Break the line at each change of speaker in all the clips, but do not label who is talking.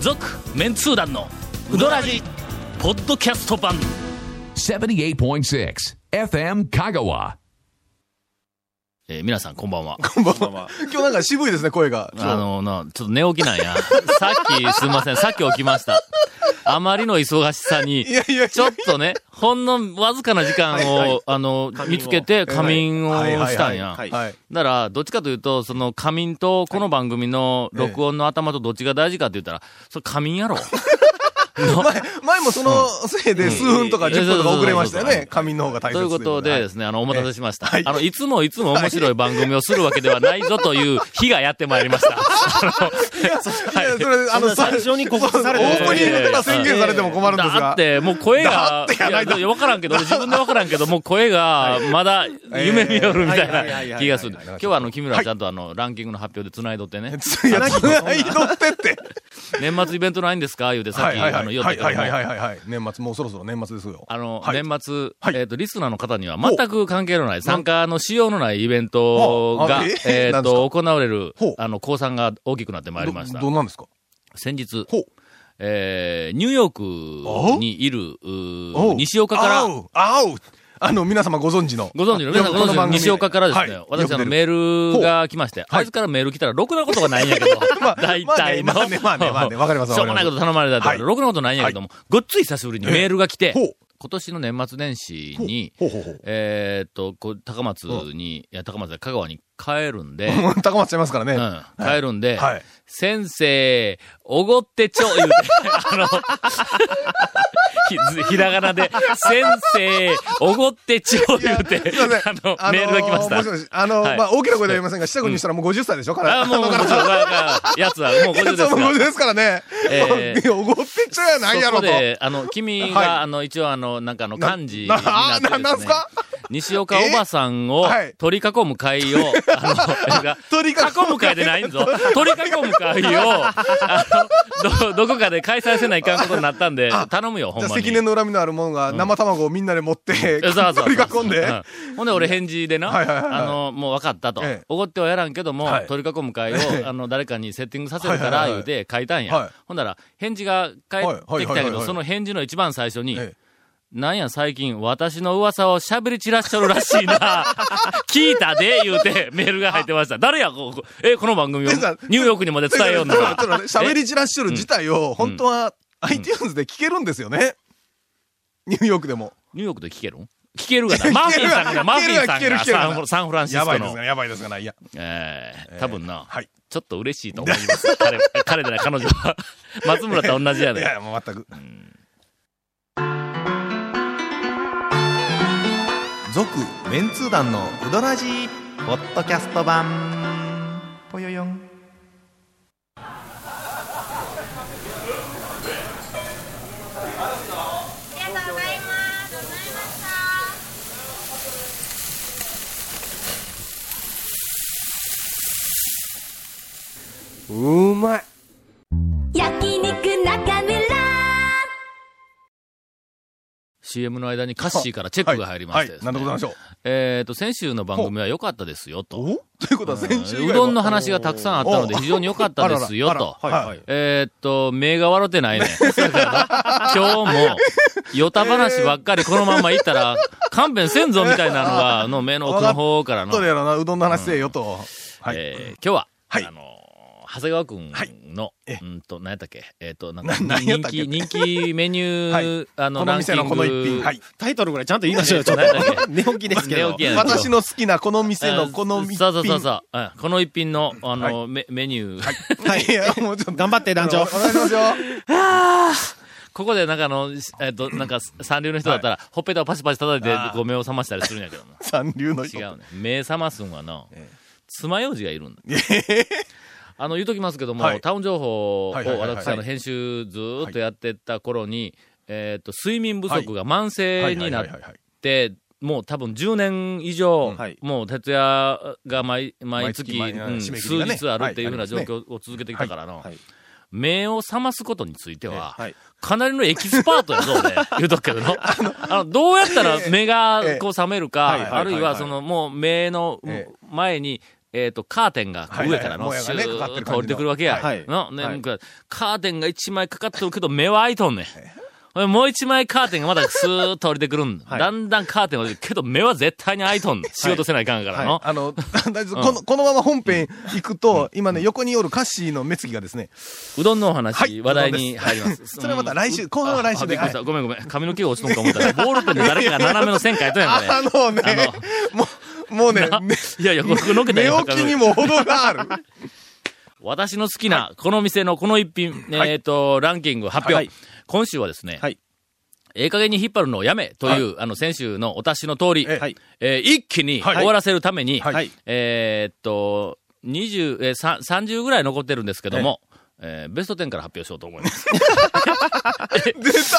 続メンツー団のウドラジポッドキャスト版
78.6 FM Kagawa.
えー皆さんこんばんは
今日なんか渋いですね、声が。
あのなちょっと寝起きなんや さっきすいませんさっき起きましたあまりの忙しさに
いやいやいや
ちょっとねほんのわずかな時間を、
はいはい
あの見つけて仮眠をしたんや
はいはいはい。
だから、どっちかというと、その仮眠とこの番組の録音の頭とどっちが大事かって言ったら、それ仮眠やろ。
前もそのせいで数分とか10分とか遅れました
そうそうそうそ
よ
う
ね。仮眠の方が大切
ということでで
は
すね、あの、お待たせしました。
はい
あの、いつもいつも面白い番組をするわけではないぞという日がやってまいりま した。
いいや、それ、あの、
最初に告知され
オ
て
ープニングとか宣言されても困るんです
だ
が
っ。て、もう声
だ
が、
ってやないと
いやわからんけど、俺自分でわからんけど、もう声が、まだ、夢見よるみた
はいはいはい
い
はい
な
はい
気がする。今日はあの、木村はちゃんとあの、ランキングの発表で繋いどってね、
いや、つないどってって。
年末イベントないんですか言うてさっ
はい
き、
はい
あ
は
の、
い。
言った
はい
けど
はいはい
も、
はいはい。年末、もうそろそろ年末ですよ。
あの、
はい
年末、
はい
えっ、と、リスナーの方には全く関係のない、参加のしようのないイベント
はあ
が、
あえ
えっ、
なんです
と、
か
行われる
ほう、
あの、降参が大きくなってまいりました
ど、。どうなんですか
先日
ほう、
えーニューヨークにいる、う
お
ー
う
西岡から
あ、おうあおうあの、皆様ご存知の。
ご存知の、皆さん
よく
ご
こ
存知の
番組
西岡からですね、
はい
私あの
よく出る
メールが来まして、あいつからメール来たら、ろくなことがないんやけど、 大体の。
まあねまあねまあねまあねわかります
しょうもないこと頼まれたか
は
ら、
い
ろくなことないんやけども、ごっつい久しぶりにメールが来て、
ほう
今年の年末年始に、
ほうほうほう
えーっと、こう高松に、いや、高松で香川に帰るんで、
もう高まっちゃいますからね。
うん、帰るんで、
はい
先生、おごってちょ、言うて、あの、ひひらがなで、先生、おごってちょ、言うて、
すいませ
あ
ん。
の、メールが来ました
も。しもし、あの、
はい
まあ、大きな声では言いませんが、下子にしたらもう50歳でしょから。
あ、もう、もう、もう、やつはもう50です
そう
か
も
ら
う。ですからね。
えー
おごってちゃやないや
そ
ろ。
ことで、あの、君が、
はい
あの、一応あの、なんかあの、
な
漢字になってです、ね。
ななんすか
西岡おばさんを
えはい
取り囲む 会を、あの、
取り囲
囲む
む会
会でないんぞ。 取り囲む会を、あの、ど、どこかで開催せないかんことになったんで、頼むよ、ほん
じゃあ
まに。
積年の恨みのあるものが生卵をみんなで持って、
えそうそう
取り囲ん
う
で、
んほんで俺返事でな、
はいはいはいはい
あの、もう分かったと
ええ。
おごってはやらんけども
は、い
取り囲む会を、あの、誰かにセッティングさせるか
はいはい
ら
はい
言うて書いたん
はい
や。ほんだら、返事が返ってきた
はいはいは
け
いはい
ど、
はい
その返事の一番最初に
ええ、
なんや最近私の噂を喋り散らしとるらしいな。 聞いたで言うてメールが入ってました。誰や、ここえ、この番組をニ
えさ
ューヨークにまで伝えよう
ち
な
ょ
ら
っ。と待って喋り散らしとる自体を、本当は iTunes で聞けるんですよね。ニューヨークでも。
ニューヨークで聞けるん聞けるがな。
聞
マフ
け
ィ
る
ン
わ
さんが、マフィンさ
聞
ん
ける
が
わ聞けるわ聞けるわ
サンサンフランシ
や
ス
ば
コ
いです
の
が、。やばいですがな、いや。
ええ多分な、
はい
ちょっと嬉しいと思います。 彼、彼じゃない、彼女は。 松村と同じや
い
で。
や、もう全く。
続メンツー団のウドラジポッドキャスト版ぽよよん
ありがとうございます。ございました。
うまい。
焼肉中村
CM の間にカッシーからチェックが入りまして
は
で
い
す
な
ね
んでございましょう。
えっと、先週の番組は良かったですよ、と。
ということは先週以外
う
は
どんの話がたくさんあったので非常に良かったですよ、と。
あらはいはい
えーっと、目が笑ってない ね。それから今日も、ヨタ話ばっかりこのまんま行ったら、勘弁せんぞみたいなのが、あの目の奥の方からの
ど。うやろな、うどんの話せえよと。はい。
えー今日は、
はい
あのー長谷川くんの、
え
うんと、何やったっけえっ、と、なんか、
な何やっ
人
たっけ
気、人気メニュー、
はい
あの、
こ
ラ
の
ンキン
店
グ。
のこの一品。はい。
タイトルぐらいちゃんと言いましょうよ、ちょっ
えー
と。寝起きですけど。
寝起きやね
私の好きなこの店のこの一品。
そうそうそうそう。うんこの一品の、あのーメ、メニュー。
はい。いや、もうちょっと。
頑張 って、団長
お。願いしますよ。
ここで、なんかあの、しえっ、と、なんか、三流の人だったら、ほっぺたをパシパシ叩いて、ご目を覚ましたりするんやけどな。
三流の人。
違うね。目覚ますんはな、爪楊枝がいるんだ。あの、言うときますけども、
はい
タウン情報を
はいはいはいはい
私、あの、編集ずーっとやってた頃に、えっと、睡眠不足が慢
は
性
いは
に
い
な
は
っ
いはい。
て、もう多分10年以上、
はい
もう徹夜が毎毎
毎
月
月毎
うん
締め切り
数
がね
日あるっていうふう
は
ない状況を続けてきたからの、
はい
目を覚ますことについては、
はい
かなりのエキスパートやぞ、俺。言うとくけど の。あの、どうやったら目が
ええ
こう覚める
ええ
か、
はい
あるい
はいはい
は
はい
そのもう目の
え
前に、えっ、と、カーテンがこう
はいは
上
い
からの、
もや
シ
が
ュ
ね
ー
かかって
ッ
る感じ
と
の
降りてくるわけや。
はい
のね
はい
カーテンが一枚かかっとるけど、目は開いとんねん。ほんでもう一枚カーテンがまだスーッと降りてくるんだ。
はい
だんだんカーテンは降りてくるけど、目は絶対に開いとんねん。仕事せないかんからの。
あの、 大丈夫この、このまま本編行くと、今ね、横におるカッシーの目つきがですね、
うどんのお
は
話、
い
話題に入ります。
それはまた来週後半は来週で
ああびっくりしたごめんごめん。髪の毛が落ちとんか思ったら、ボールペンで誰かが斜めの線書いとんやんかね。
あのね
あ、
もう、もうね、ね
いやいや、これのけた
寝
よ
起きにも程がある。
私の好きな、この店のこの一品、えっ、と、ランキング発表。
はい
今週はですね、
はい
ええ加減に引っ張るのをやめという、あの、先週のお達しの通り、
え
はい。
えー一気に
はい
終わらせるために、
はい
はい。
えーっと、20、えーさ30ぐらい残ってるんですけども、えーベスト10から発表しようと思います。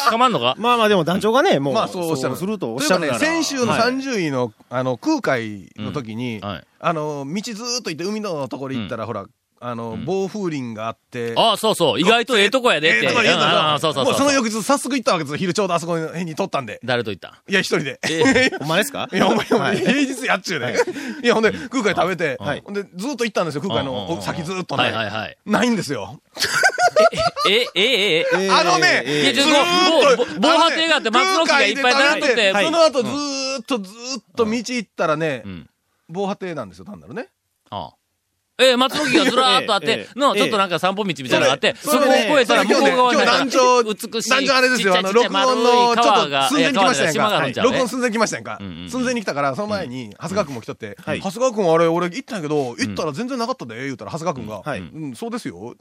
かまんのか
まあまあでも団長がね、もう、
まあそうおっしゃる
するとおっ
という
しゃ
か
るな
ね、
ら。
先週の
はい
30位の、あの、空海の時に、
うんはい
あの、道ずーっと行って、海のところ行ったら、ほら、あの、暴風林があって、
ああ、そうそう、意外とええとこやでって。
ええとこ言うた
あ
ら
あ、そうそう
もうそ
そ
の
う。
翌日、早速行ったわけですよ。昼ちょうどあそこの辺に撮ったんで。
誰と言った
いや、一人で。
え
ほんまですか
いや、お前、お前、
はい
平日やっちゅうね。 いや、ほんで、空海食べて
はい、
ほんで、ずーっと行ったんですよ、空海の
うんうんう
お
ん
先ずーっと
はいはい
ね。
はい。
ないんですよ。
え、え、え、え、え。
えー
あのね、
いや、ちょっとぼ、ぼ、防波堤があって、松の木がいっぱい並んでて、
はい
そ
そ
の
の後ずーっとずーっと道行ったらね、
うん。
防波堤なんですよ、単なるね。
ああええ、松の木がずらーっとあっ
え
て
え、
の、
ええ
ちょっとなんか散歩道みたいなのがあって、そ
それ
こを越えたら
そ
向
れ
こう側に
今日
なんか
南城、
美しい。
南城あれですよ、
ち
あ
っちゃ
の、
いちっちゃい
録音の、
丸い
ちょ
川
っ
が
と寸前に来ました
ええ川じゃない
やん
島があるんち
か。
ゃうね
録音寸前に来ましたやんか
うんうん。
寸前に来たから、その前に、長谷川君も来とって、
はい
長谷川君あれ、俺行ったんやけど、行ったら全然なかったで、言うたら、長谷川君が、
はい
うん、そうですよ。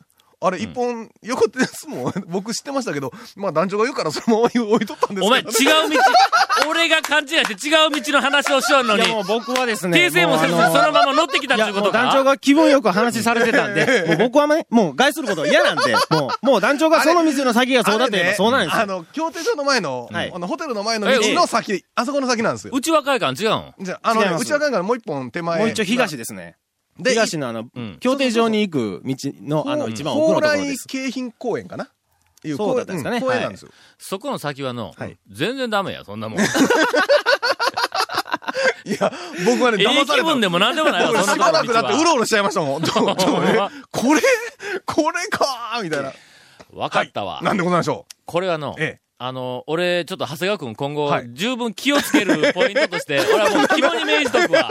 あれ、一本、横手ですも ん。僕知ってましたけど、まあ、団長が言うから、そのまま置いとったんですけどね。
お前違う道、 俺が勘違いして違う道の話をしようの
い
に
や、もう僕はですね。
訂正もせず
う
そ
あの
のまま乗ってきた
い
ってい
や、
うこ
も
と
う団長
か
が気分よく話されてたんで、もう僕はね、もう害することは嫌なんで、もう、もう団長がその水の先がそうだって言えばそうなんです
あ
よ。
の、競艇場の前の、
はい
あのホテルの前の道の先、あそこの先なんですよ。
うちは会館違うん。
じゃあ、あのね
違い、ます
内輪館からもう一本手前。
もう一応東ですね。
で
東のあの
うん、
競艇場に行く道の、あの、一番奥のところです。
高麗京浜公園かないう
そうだったんですかね
公園なんですよ。
そこの先はの
はい、
全然ダメや、そん なもん。
いや、僕はね、
ええ
騙さ
気
れた
分
の。
でもなんでもないわ、
俺
そ
し
んな
ば
とこの道
らくだってう
は。
ろうろしちゃいましたもん。どうどう
ほんま
これ、これかーみたいな。
わかったわ。
なんでございましょ
これはの
う。、え
あの、俺、ちょっと長谷川くん今後、
はい
十分気をつけるポイントとして、俺はもう肝に銘じとくわ。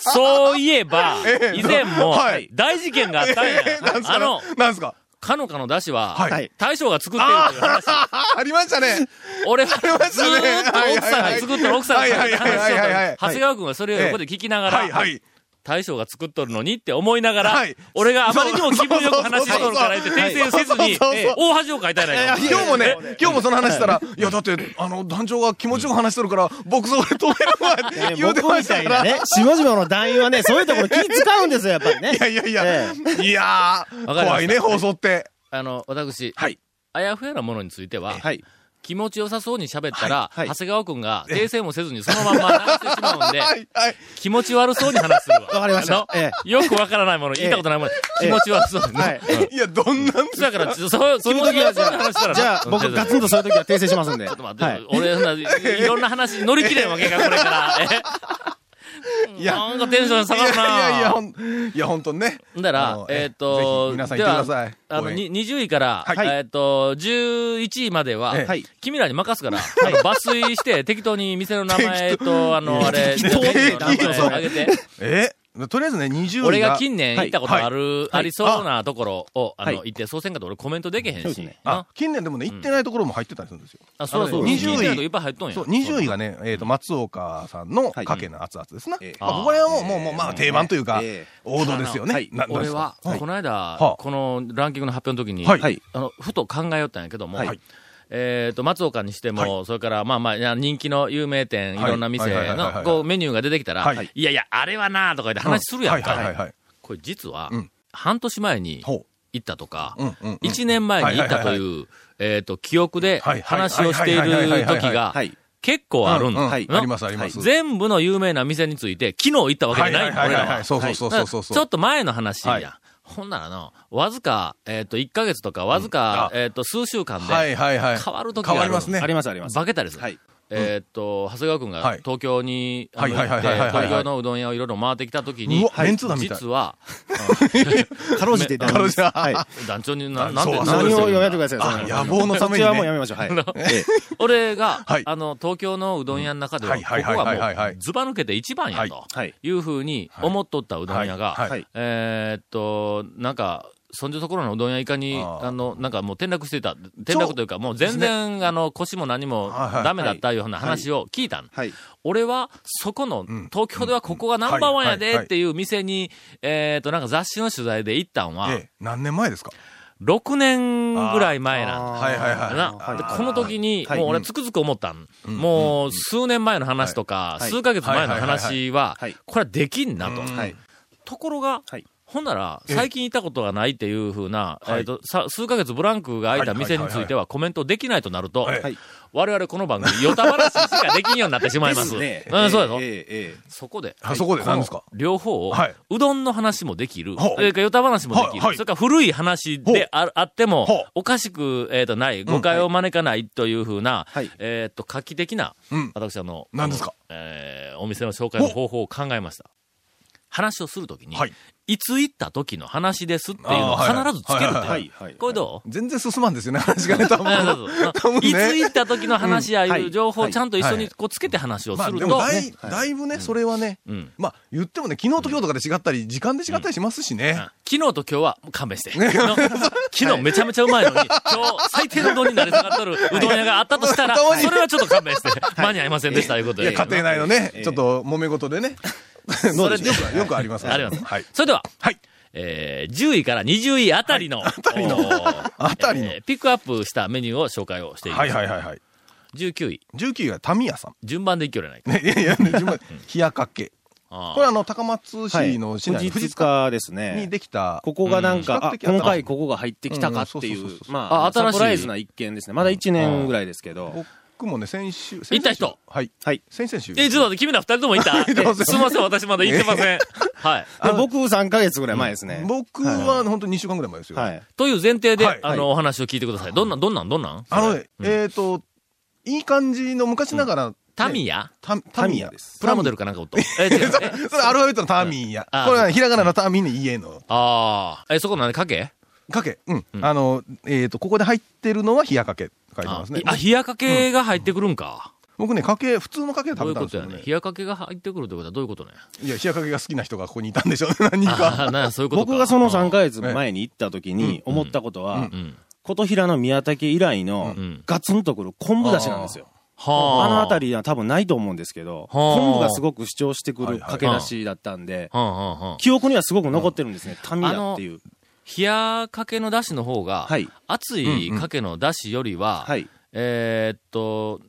そういえば、
ええ
以前も、
はい
大事件があっ
え。
たんや。
えなんす
あの
か、なんすか
かのかの出汁は、
はい
はい。
大将が作ってる
あ
という話。
ーありましたね。
俺は、ずー
りま
っ
したね
と奥さんが作ってる、奥さんが作ってる話をし
はいはいはいはいはいはい
た
はい
の長谷川くんはそれを横で聞きなが
はい
ら
は、い。
大将が作っとるのにって思いなが
は
ら
い、
俺があまりにも気分よく話しとるから言って、
そうそう
訂
そう
正せずに
そうそうそう、
大恥をかいたやないか。
今日もね、今日もその話したら、いや、だって、あの、団長が気持ちよく話してるから、僕それ止めるわって
ね
言うて
僕
ま
み
したた
い
から
な。ね、下々の団員はね、そういうところ気使うんですよ、やっぱりね。
いやいやいや、
え
いやー、
わかりました
怖いね、放送って。
あの、私、
はい
あやふやなものについては、
はい。
気持ちよさそうに喋ったら、
はいはい
長谷川くんが訂正もせずにそのまんま流してしまうんで、
はい、はい。
気持ち悪そうに話するわ。
わかりました
あの
え
よくわからないもの、言ったことないもの、気持ち悪そうに。
はい
うん
いや、どんなん
そやから、ちょそう、そう
そ
いう
の
時
時
は
はじ
そう
ゃ
いう話した
あ、
ら。
じゃあ、
う
僕
ん
ガツンとそういう時は訂正しますんで。
ちょっと待って、
はい。
俺そんな、いいろんな話に乗り切れんわけか、これから。え
いや
なんかテンション下がるな。
いやいやいや、ほん、いや、ほんとね。
ほんだ
あ
ら
の、
えっ、
ぜ
と、
ひ皆さん行ってください
ではあの、
応援
に20位から、
はい
えっ、と、11位までは、
ええ
はい
君らに任すから、あの抜粋して、適当に店の名前と、あの、あれ、
適当
メニューの
適
名
当
前あげて、
えとりあえずね、20
俺が
金、
近年行ったことある、ありそうなところを、あの、
は
行って、そうせんかと俺コメントできへん
そうで
し。
すね
あ
あ、近年でもね、行ってないところも入ってたりするんですよ。
あ、そうそう、
あのね
20位。
20位
行ってないとこいっぱい入っとんや。
そう、20位がね、えっと、松岡さんの
はい
かけな熱々ですな。
ええ
まあこれはも
あ
う、
ー
もう、もう、ま
え
あ、
え
定番というか
ええ、
王道ですよ
は
ね
い。
な
俺は、、
なんです
この間、
はあ
このランキングの発表の時に、
はい
はい。
あの、ふと考えよったんやけども、
はい
えっと、松岡にしても、
は
それから、まあまあいや、人気の有名店、い
はい
ろんな店
はいはいはいはいは
の、
い
こう、メニューが出てきたら、
はいい、
やいや、あれはなあとか言って
か
話するやんか。
はいはいはいはい。
これ実は、
うん
半年前に
ほ
行ったとか、
う。うんうんうん。
1年前に行ったと、
はいいう
えっと、記憶で
はいはいはい
話をしている時が
は、い。
結構あるん
う
だ。
う
はい
ありますあります。
全部の有名な店について、昨日行ったわけじ
は
ゃ
い
な
はい
ん
いは
だ、
い
俺ら
は
は。
い。そうそうそうそうそう。
ちょっと前の話や。
はい
ほんならの、わずか、えっ、と、1ヶ月とか、わずか、
うん
えっ、と、数週間で、
はいはいはい。
変わる時がある
変わりますね。
ありますあります。
化けたりする。
はい。
えーっと、長谷川君が
はい
東京に、あ
はい
の
はい
行
は
っ
い
て
はいはいはい
東京のうどん屋をいろいろ回ってきたときに
うわ、メンツ団みたい
実は、
かろうじて
め
団
か
長です
ろうじて
はい。
団長にな、
団
なんて、
そう
なん
何
て
を
言うん
や
だ
めてください。
あ
そんな
野望のためにね
そっちはもうやめましょう。はい。え
俺が、
はい
あの、東京のうどん屋の中では、
はい
ここ
はいはいはいはい
は
は
も、
いう
ズバ抜けて一番やと
えはい。
いうふうに思っとったうどん屋が、
はいはい
えーっと、なんか、そんじょそこらのうどん屋いかに、
あ
あ
ー
の、なんかもう転落してた。転落というか、もう全然、あの、腰も何も
はいはい
ダメだったいうような話を聞いたの
はい。
俺は、そこの
ん、
東京ではここがナンバーワンや
はいはい
で
はい
っていう店に、えーっと、なんか雑誌の取材で行ったんは、
ええ、何年前ですか
6年ぐらい前なんだ
あー
はいはいはい
な、
はい
で
はい
この時に、
はい
もう俺つくづく思ったん、もう数年前の話とか、
はい
数ヶ月前の話は
はいはいはいはい、
これはできんなと。
うん
はい。
ところが、
はい
ほんなら、
え
最近行ったことがないっていうふうな、え
はい
ーとさ数ヶ月ブランクが空いた店についてはコメントできないとなると、
はい
はい
我々この番組、ヨタ話しかできんようになってしまいます。
ですね
うん、そうやぞ。
えええ
そこで、
あそこで何です
こ
か
の両方を、
はいう
どんの話もできる、
ほう
それからヨタ話もできる、
はいはい
それから古い話でああっても
ほう、
おかしく、えー、とない、誤解を招かないというふうな、
はい
えっ、と、画期的な、
うん
私、あの、
何ですか
あのえーお店の紹介の方法を考えました。話をするときに、
はいい、
つ行った時の話ですっていうのを
あーはい
必ずつけるっていう。
えはい。はい。
これどう、
全然進まんですよね、話がね、多分。
あ そうそう
多分ね
いつ行った時の話や
はいいう
情報をちゃんと一緒
は
に
い
こうつけて話を
ますあ、
る
で
と、
もだい、
はい
だいぶね、それはね、
うん
まあ、言ってもね、昨日と今日とかで違ったり、時間で違ったりしますしね。
昨日と今日は勘 弁して。昨日昨日めちゃめちゃうまいのに、今日最低のうどんになり下がっとるうどん屋があったと したら、
はい
それはちょっと勘弁して。間に合いませんでした、いうこと
いや、
で。
家庭内のね、
ええ
ちょっと揉め事でね。
そ
そ
れ
れ
で
よく、よくあります
あります
はい。
それでは、
はい。
えー、10位から20位あたりの、あた
りのあたりの
ピックアップしたメニューを紹介をしています。
はいはいはいはい。
19位、
19位はタミヤさ
順番でいきよれないか
ん。。 ね、いやいや、ね、順番、冷やかけ。
あ
これあの、高松市の市内の
富
富
士
士塚
塚です
に
ね。
できた、
ここがなん
うん比
か、
較
あ、
的新しい
今回ここが入ってきたかってい
うんそうそうう、そう
ま
あ
あ、
新しい
サプライズな一見ですね。まだ1年ぐらいですけど。
僕もね、先週、
行った人
先々週はい。
はい。
先々週。
え、ちょっと待って、君ら二人ともいた
どうぞ
すみません、私まだ行ってま せん。はい。
これ僕3ヶ月ぐらい前ですね。
僕は本当に2週間ぐらい前ですよ。
はい。
という前提で、
はい
あの、お話を聞いてください。どんなん、どんなん、どんなん
あのね、えっと、いい感じの昔ながら、
タミヤ
タ
タ
タ
ミ
ミ
ヤ
ヤ
で。す。
プラモデルかなんかおっと。え、違う。え
それアルファベットのタミヤ。
あ
これはひらがなのタミに家の。
ああ。え、そこ何かけ
かけ。うん
う。ん
あの、えっと、ここで入ってるのは冷やかけって書いて
あ
ますね、。
あ冷やかけが入ってくるんか。
僕ね、かけ、普通のかけで
どう
食
いう
べたん
こ
です
と
よ
やね
ね。。
冷やかけが入ってくるってことはどういうことね。
いや、冷やかけが好きな人がここにいたんでしょうね、 何人
あ
か。
あ、な、そういうことか。
僕がその3ヶ月前に行った時に思ったことは
う、ん。
琴平の宮武以来の
うん
ガツンとくる昆布だしなんですよ。
はあ。
あのあた
り。
りは多分ないと思うんですけど、
はあ
昆布がすごく主張してく
は
る
いはい
かけ出しだったんで、
はあ、はあ、はあ。
記憶にはすごく残ってるんですね。タミヤっていう。
冷やかけの出汁の方が、
はい
熱いかけの出汁よりは、
はい。
えーっと、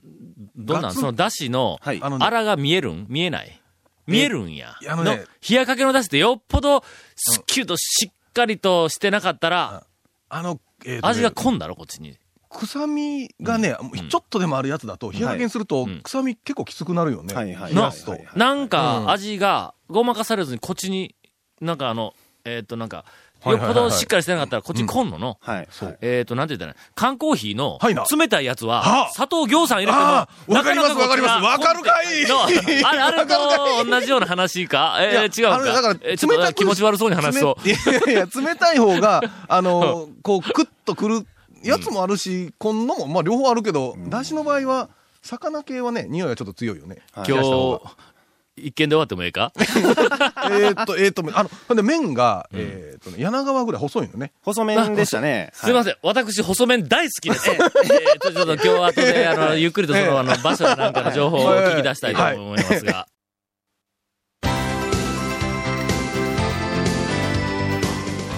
どうな
ガ
ん
ツン
その出汁の、
はい。
あのね
あらが見えるん見えない見えるんや。
いやあのね
冷やかけの出汁ってよっぽど、すっきりとしっかりとしてなかったら、
あの、えーとね
味が濃んだろ、こっちに。
臭みがね、もうちょっとでもあるやつだと、日焼けにすると
うん、
臭み結構きつくなるよね。
はいはい
冷やすと
はいはい。はい
なん
う
か
ん
味がごまかされずにこっちに、なんかあの、えーっとなんか、
はい
よ
はい
っ
はい
ぽどしっかりしてなかったらこっちに来んのの。
はい。
そう。
えーっと、なんて言ったらいいの缶コーヒーの
はいな
冷たいやつは
は、あ
砂糖餃子入れても、
ああわかりま
な
す
な
わかりますわかるかい
こっちがのあれ、あれと同じような話か
いや
えー、違う
あのだ
か
から
えーちょっと
冷たく
気持ち悪そうに話しそう。
冷いやいや、冷たい方 が、あの、こう、クッとくるやつもあるし、こんのも、まあ、両方あるけど、だしの場合は、魚系はね、匂いはちょっと強いよね。
はい
今
冷やした
日
方、
一見で終わってもええか
えーっと、えーっと、あの、ほんで麺が、えーっとね、柳川ぐらい細いのね。
細麺でしたね。
すいま
ん。
せん、私、細麺大好きです。えええちょちょっと今日は後で、あの、ゆっくりとそ
ええ
の、あの、場所やなんかの情報を聞き出したいと思いますが。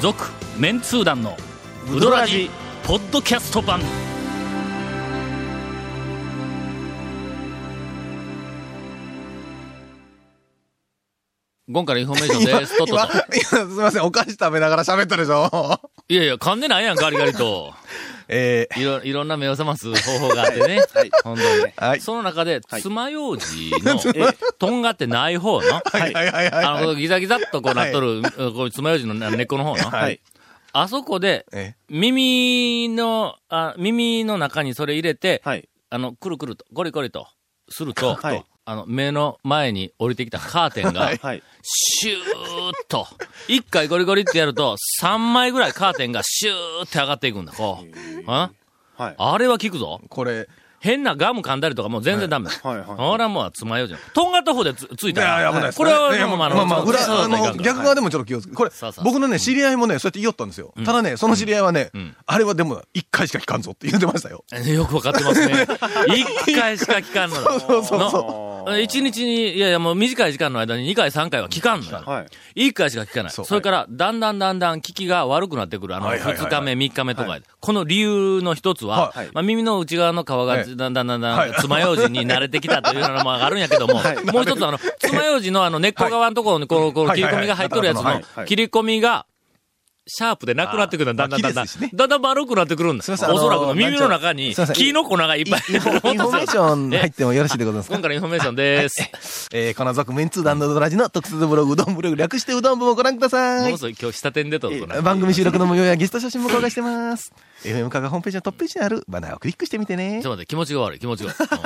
続、メンツー団の、ウドラジ、ポッドキャスト版。ゴンからインフォメーション です。とっと
今、
と。
今すみません、お菓子食べながら喋ったでしょ。
いやいや、噛んでないやん、ガリガリと。
え
いろ、いろんな目を覚ます方法があってね。
はい。
本当にね。
ー、はい。
その中で、
はい
爪楊枝の、とんがってない方の、
はい。
はいはいはい
あ
はい。
の、ギザギザっとこうなっとる、こう爪楊枝の根っこの方の、
はい。
あそこで、
え
耳の、あ耳の中にそれ入れて、
はい。
あの、くるくると、ゴリゴリと、すると、
はい
あの、目の前に降りてきたカーテンが、
はい。
シューッと、一回ゴリゴリってやると、三枚ぐらいカーテンがシューって上がっていくんだ、こう。あ
はい。
あれは効くぞ。
これ、
変なガム噛んだりとかもう全然ダメ。
はいはいはい
ほらもう、つまようじゃん。とんがった方でつついたら。
いやいや危ないです
これは、
いや
もう
まあまあ、
ちょっと
裏、
ちょっと
あ
いかん
の、
から
逆側でもちょっと気をつけて。これ
そうそう、
僕のね、知り合いもね、そうやって言おったんですよ。ただね、その知り合いはね
うん、
あれはでも、一回しか聞かんぞって言ってました よ。
えよくわかってますね。一回しか聞かんのだ。
そうそう
の一日に、いやいやもう短い時間の間に二回三回は聞かんのよ。
はい。
一回しか聞かない。そ
そう
れから、だんだんだんだん聞きが悪くなってくる。あの、
はいはいはいはい
二日目、三日目とかで、この理由の一つは、
はい
まあ、耳の内側の皮が
え
だ
え
んだんだんだ
は
ん
い
爪楊枝に慣れてきたというのもあるんやけども、もう一つあの、爪楊枝のあの根っこ側のところにこう、こう
はい
切り込みが入っとるやつ
はいは
の
い
は、い
切り込みが、シャープでなくなってくるんだ、だんだんだんだん。
まあ木ですしね
だんだん丸くなってくるんだ。
すい
お
ませんあの
そらくの耳の中に
すいません
木の粉がいっぱい。
ョン
入って
もよろしいでございます
今からインフォメーションです。
えー、金沢区メンツー団のうどらじの特設ブログ、うどんブログ、略してうどん部もご覧くださ
も。
いう
それ今日下手に出たことない。
番組収録の模様やゲスト写真も公開してます。FM 加賀ホームページのトップページにあるバナーをクリックしてみてね
ちょっと。待って、気持ちが悪い、気持ちが悪い。うん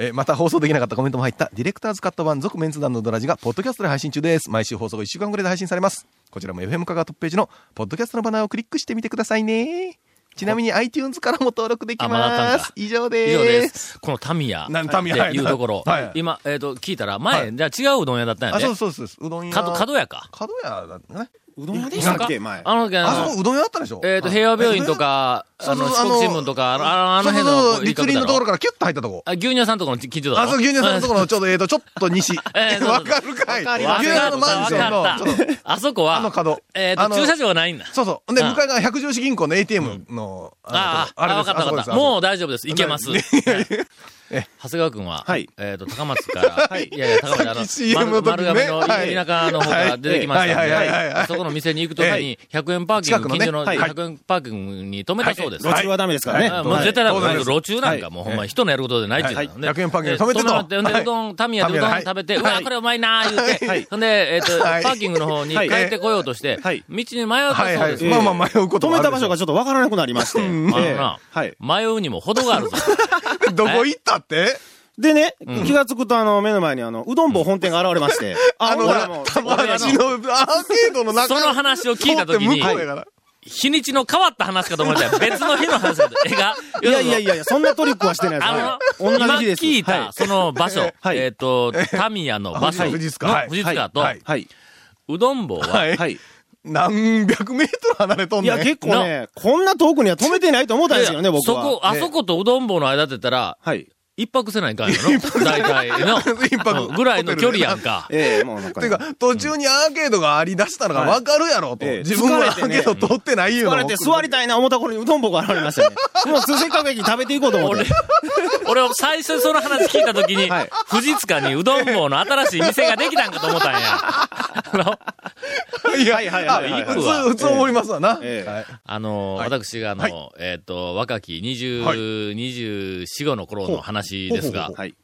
えーまた放送できなかったコメントも入ったディレクターズカット版続メンツ団のドラジがポッドキャストで配信中です。毎週放送が1週間ぐらいで配信されます。こちらも FM カガトップページのポッドキャストのバナーをクリックしてみてくださいね。ちなみに iTunes からも登録でき
あまだあったん
ま
か
す。以上
以
で
上
す。
です。このタミヤっ
な
て
タミヤ
いうところ
はいはい、
今、えっと、聞いたら、前、
は
じゃあ違ううどん屋だったんや
あ、
で
そう。ですそうです。うどん屋。
角、角屋か。
角屋だったね。
うどん屋でしたっけ前。
あの、
あそこうどん屋あったでしょ
えっと、平和病院と。か、
そ
あ
うそ
の、
う
四国新聞とか、あのあのあの辺の
そうそう
こ
そうう
一
立
角
林
だ
のところ
ろ。
からキュッと入ったとこ。
あ、牛乳さんとこの近所だろ。
あ、そう、牛乳さんのところのちょうど、えっと、ちょっと西。
えーそうそう
わかるかい。
わ
牛
か
乳さんのマンション
った
の、ちょっと
あそこは、
あの角
えっと、
あの
駐車場はないんだ。
そうそう。で、
うん
向かい側百条市銀行の ATM の、
ああ、あわかったわかった。も
も
う大丈夫です。いけます。はい 長谷川君は、
はい
えっ、と、高松から、い、やいや、高松
さっき
あ
CM
の、
の
丸
時ね
丸亀の
はい
田舎の方から出てきましたんで、
はいはいはいはいはい
そこの店に行くとき
は
に
い、
100円パーキング、
近くのね
近所の
はい
100円パーキングに止めたそうです。
路中はダメですからね。
あもう絶対だ
だ
め
はい
路中なんかもうほんま人のやることでないっていう
はい
のね。
100円パーキング
で
止めてと
止まって、ほんで、
はいう
どん、タミヤでうどん
はい
食べて、うわ、これうまいなー言う
は
て
い、
ほんで、えっと、パ
はい
ーキングの方に帰
はい
ってこようとして、道
はい
に迷った
はい
そう
は
です。
い。まあまあ迷うこと
止
もあ
め
る
た
でしょ
場所がちょっとわからなくなりまして。ええ
あ
はい。
のな迷うにも程があるぞ。
どこ行ったって
でね、気がつくとあの、目の前にあの、うどん坊本店が現れまして。
あの、
俺も
たまら
俺
ちのアーケードの中
その話を聞いたときに
通って向こうやから
日にちの変わった話かと思ったよ。別の日の話だと。えが、
いやいやいやいや、そんなトリックはしてないです。
あ
は
の、
い
今
同じ日です。
聞いた、
は
その場所、
はい
えっ、と、タミヤの場所、
は
の
い富士塚はい
富士塚と、
はい
はい。
うどん坊は、
はい。
はい。
何百メートル離れとん
い
ね
や、
ん。
結構ね、こんな遠くには止めてないと思ったんですよね、僕
そ
は。
こ、あ
ね
そことうどん坊の間って言ったら、
はい。
一泊せないかんやろ大体の。
一泊
うんぐらいの距離やんか。
ええ、もうなんか
て
ね。
いうか、途中にアーケードがありだしたのが分かるやろと。
はいええ
自分はア
疲れて
ー
ね
ケード通ってないよ
言われて座りたいな思った頃にうどんぼが現れましたね。もう通せっかく駅食べていこうと思って。
俺は最初にその話聞いたときに、
はい
富士塚にうどん坊の新しい店ができたんかと思ったんや。あの
いや、
はいはい
あ
はいはい
普通、普通思いますわな。
ええ
はい
あの、
はい
私があの、
はい
えっ、と、若き20、
はい
24、5の頃の話ですが
ほうほうほう、
はい。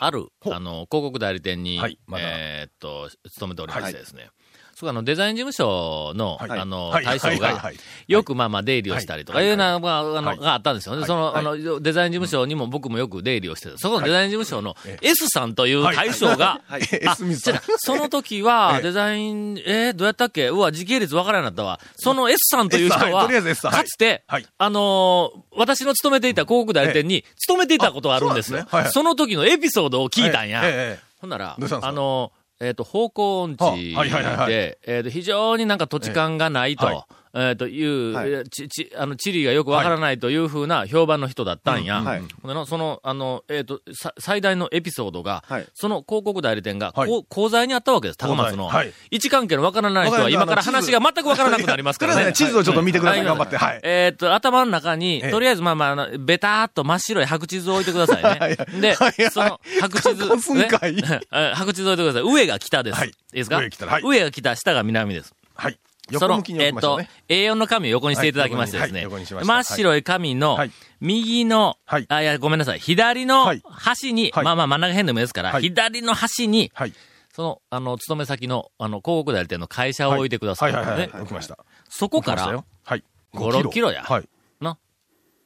ある、あの、広告代理店に、
はいまだ
えっと、勤めておりましてですね。そこあの、デザイン事務所の、
はい
あの、
はい
大将
はいはい
が
はい、
よくまあまあ出入りをしたりとか、
はいいう
ような、まあ、あの、
はい
があったんですよね。その、あの、デザイン事務所にも僕もよく出入りをしてたそこのデザイン事務所の S さんという大将が、
はい。
えすみ
じ
さ
ゃ
ん
あ。その時は、
ええ
デザイン、えーどうやったっけうわ、時系列わからんようになったわ。その S さんという人
S さんは
は、
いとりあえず S さんはい
かつて、
はい
あのー私の勤めていた広告代理店に勤めていたことがあるんですよ。
あ
そ
そうなんですねはい
の時のエピソードを聞いたんや。
ええええ
ほんなら
どうしたんです、か
あのーえっ、と、方向音痴で、
はあはいはいはいはい
えっ、と、非常になんか土地勘がないと、
ええは
えっ、という、
は
え
い
ーち、ち、あの、地理がよくわからないというふうな評判の人だったんや。
うんはい
ほんでのその、あの、えっ、と、さ最大のエピソードが、
はい
その広告代理店が、
はい
こう口座にあったわけです、高松の。
口座はい
位置関係のわからない人は
わからない
今から
あの
話
地図
が全くわからなくなります
と
か
り
ら
あえず
ね
ね、。地図をちょっと見てくださ
はい
い。頑張って。はい。
えーっと、頭の中に、
ええ
とりあえず、まあまああの、ベターっと真っ白い白地図を置いてくださいね。
はいはい
で、
はいはい
その白 地
カンカンす
図、
んかい
え白地図置いてください。上が北です。
はい
い、いですか
上が北はい
上が北、下が南です。
はい。
そ
横
の
向きに置きましょうね。
えっ、と、A4 の紙を横にしていただきましてです
は
ね。
い横にはい横にしました
真っ白い紙の、
はい
右の、
はい
あ、いや、ごめんなさい、左の
はい
端に、
はい
まあまあ真ん中辺でもいいですから、
はい
左の端に、
はい。
その、あの、勤め先の、あの、広告代理店の会社を置いてください。
はいはいはい
ね
はい。置きました。こ
そこから、、
はい。
5、6キロや
はい。
5、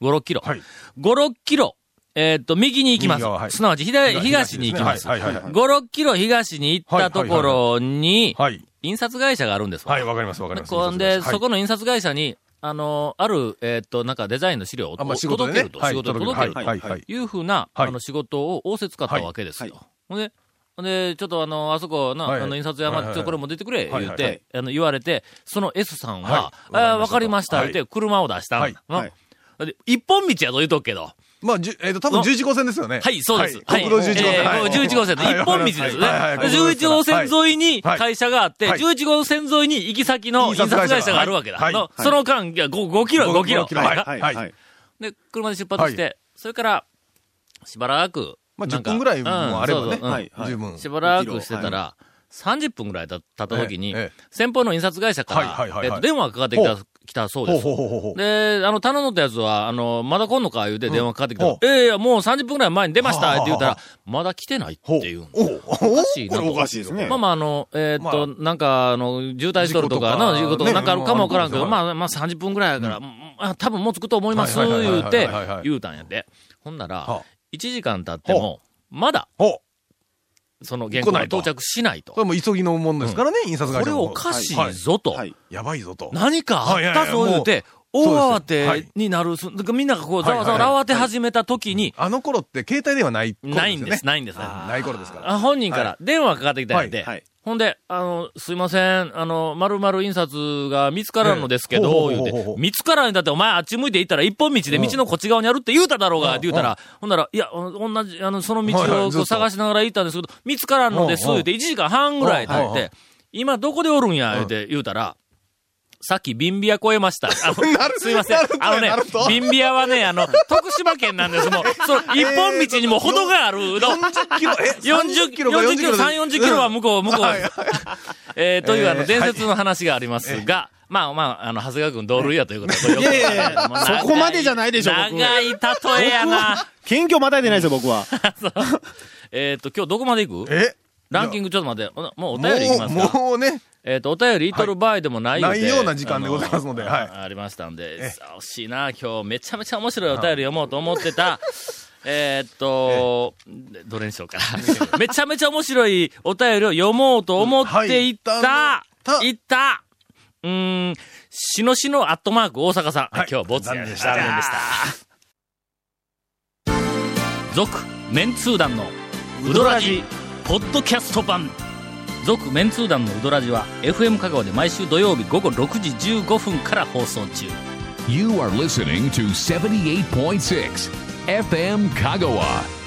6キロ。
はい
5、6キロ、えーっと、右に行きます。
右側はい
すなわち左、東に行きます。
はいはいはい。
5、6キロ東に行ったところに、
はい。
印刷会社があるんですわ。
はい、わかりますわかります。
こんで、そ
こ
この印刷会社に、あの、ある、えーっと、なんかデザインの資料を
あまあ仕事
届
で
け
ね
ると、仕事で届けると
はいはいはい
いうふうな、
はい
あの、仕事を仰せ使ったわけですよ。ほんで、ほんで、ちょっとあの、あそこな、
はいはい
あの、印刷山、
はいはいはい
ちょっとこれも出てくれ、
はい
言
は
う
い
て、あの、言われて、その S さんは
は、い
あーわ
わ
か
か
り
り
ま
ま
し、
したた
言って、車を出したん。
はい
なで一本道やと言うとくけど。
まあ、じゅえっと、多分
の
11号線ですよね。
はい、そうです。
国道11
え
号線。
ー
はい
もう11号線の
はい
一本道ですね。
はいはいはい
11号線沿いに
はい
会社があって、
はい
11号線沿いに行き先の印刷会社があるわけだ。
はい
のその間、いや 5, キロ、5キロ。
はい
はい、
は
はいい、
は
はいい。
で、車で出発して、それから、しばらく、
まあ、
なん
10
か
分ぐらいもあれば
うん
ね
そうそううん
はいはい
十分。
しばらくしてたら、30分ぐらい経った時に
ええええ、
先方の印刷会社か
はいはいはい
ら、
は
え
い
っと電話がかかってきた来たそう
ほ
で
う
す。
ほうほうほうほう。
で、あの、頼んだやつは、あの、まだ来んのか言うて電話かかってきたら
ほ、う
ええいや、もう30分ぐらい前に出ましたって言った
は
ら、まだ来てないっていうん。
お
お
お
かしいなと。
おかしいですね。
まあまあ、あの、えーっと、なんか、あの、渋滞しとるとか、
事故とか
な、いうこと、
ね
なんかあるかもわからんけど、
うん
まあ、まあ30分ぐらいやから、うんあ多分もう着くと思います、
はいはいはいは
言
いう
て
はいはいはい、
言うたんやで。ほんなら
は、
1時間経っても、まだ、
お
その原稿
来
が
ないと
到着しないと
こ。れもう急ぎのもんですからね、印刷
こ
会社
れ
の
お
方
かし
はい
ぞと。
はい
やばいぞと。
何かあったぞ言うて、大
はいはい
慌
そうで
て
す
になる、すなんかみんながこう、ざわざわ
はいはい
慌て始めた時に、
あの頃って携帯ではない頃よね。
ないんです、ないんです。
ない頃ですから。
あ本人から電話かかってきたんで、
はいはい
ほんで、あの、すいません、あの、まるまる印刷が見つからんのですけど、
え
言
えほ
う
うほうほうほう
て、見つからんだってお前あっち向いて行ったら一本道で道のこっち側にあるって言うただろうが、って言うたら、ほんなら、いや、あの同じ、あの、その道
はいは
を
いず
こ
っ
う
と
探しながら行ったんですけど、見つからんのです、
うんう
言
ん
うて、1時間半ぐらい経
う
っ
んうん
て、今どこでおるんや、言うて、言うたら、さっきビンビア越えま した。あのすいません。あのね、ビンビアはね、あの、徳島県なんです。もう、その、一本道にも程があるう どん。
40キロ、え
40
?40
キ
キ
ロ、
ロか
40キロ、
で
3、40キロは向こう、向こう
はい。
えーという、あの、
えー
伝説の話がありますが、まあまあ、あの、長谷川君同類やということで。い
いやいやいやそこまでじゃないでしょ僕
長い例えやな。
謙虚またいでないですよ、僕は。
えっと、今日どこまで行く
え
ランキングちょっと待って、おもうお
も
便り行きます
う、
か。
もうね、
えっと、お便りいとる場合でもない
は
の
い
で
ないような時間でございますので
あ
はい
ありましたんで、さあ惜しいな、今日めちゃめちゃ面白いお便り読もうと思ってた。 えーっと、どれにしようかな。 めちゃめちゃ面白いお便りを読もうと思ってい
うんは
た、
た
いった、うーん、しのしのアットマーク大阪さん。
はい
今日ボツや
残念でした
残念でした。続、メンツー団のウドラジ、ポッドキャスト版。続メンツー団のウドラジは FM 香川で毎週土曜日午後6時15分から放送中
You are listening to 78.6 FM Kagawa.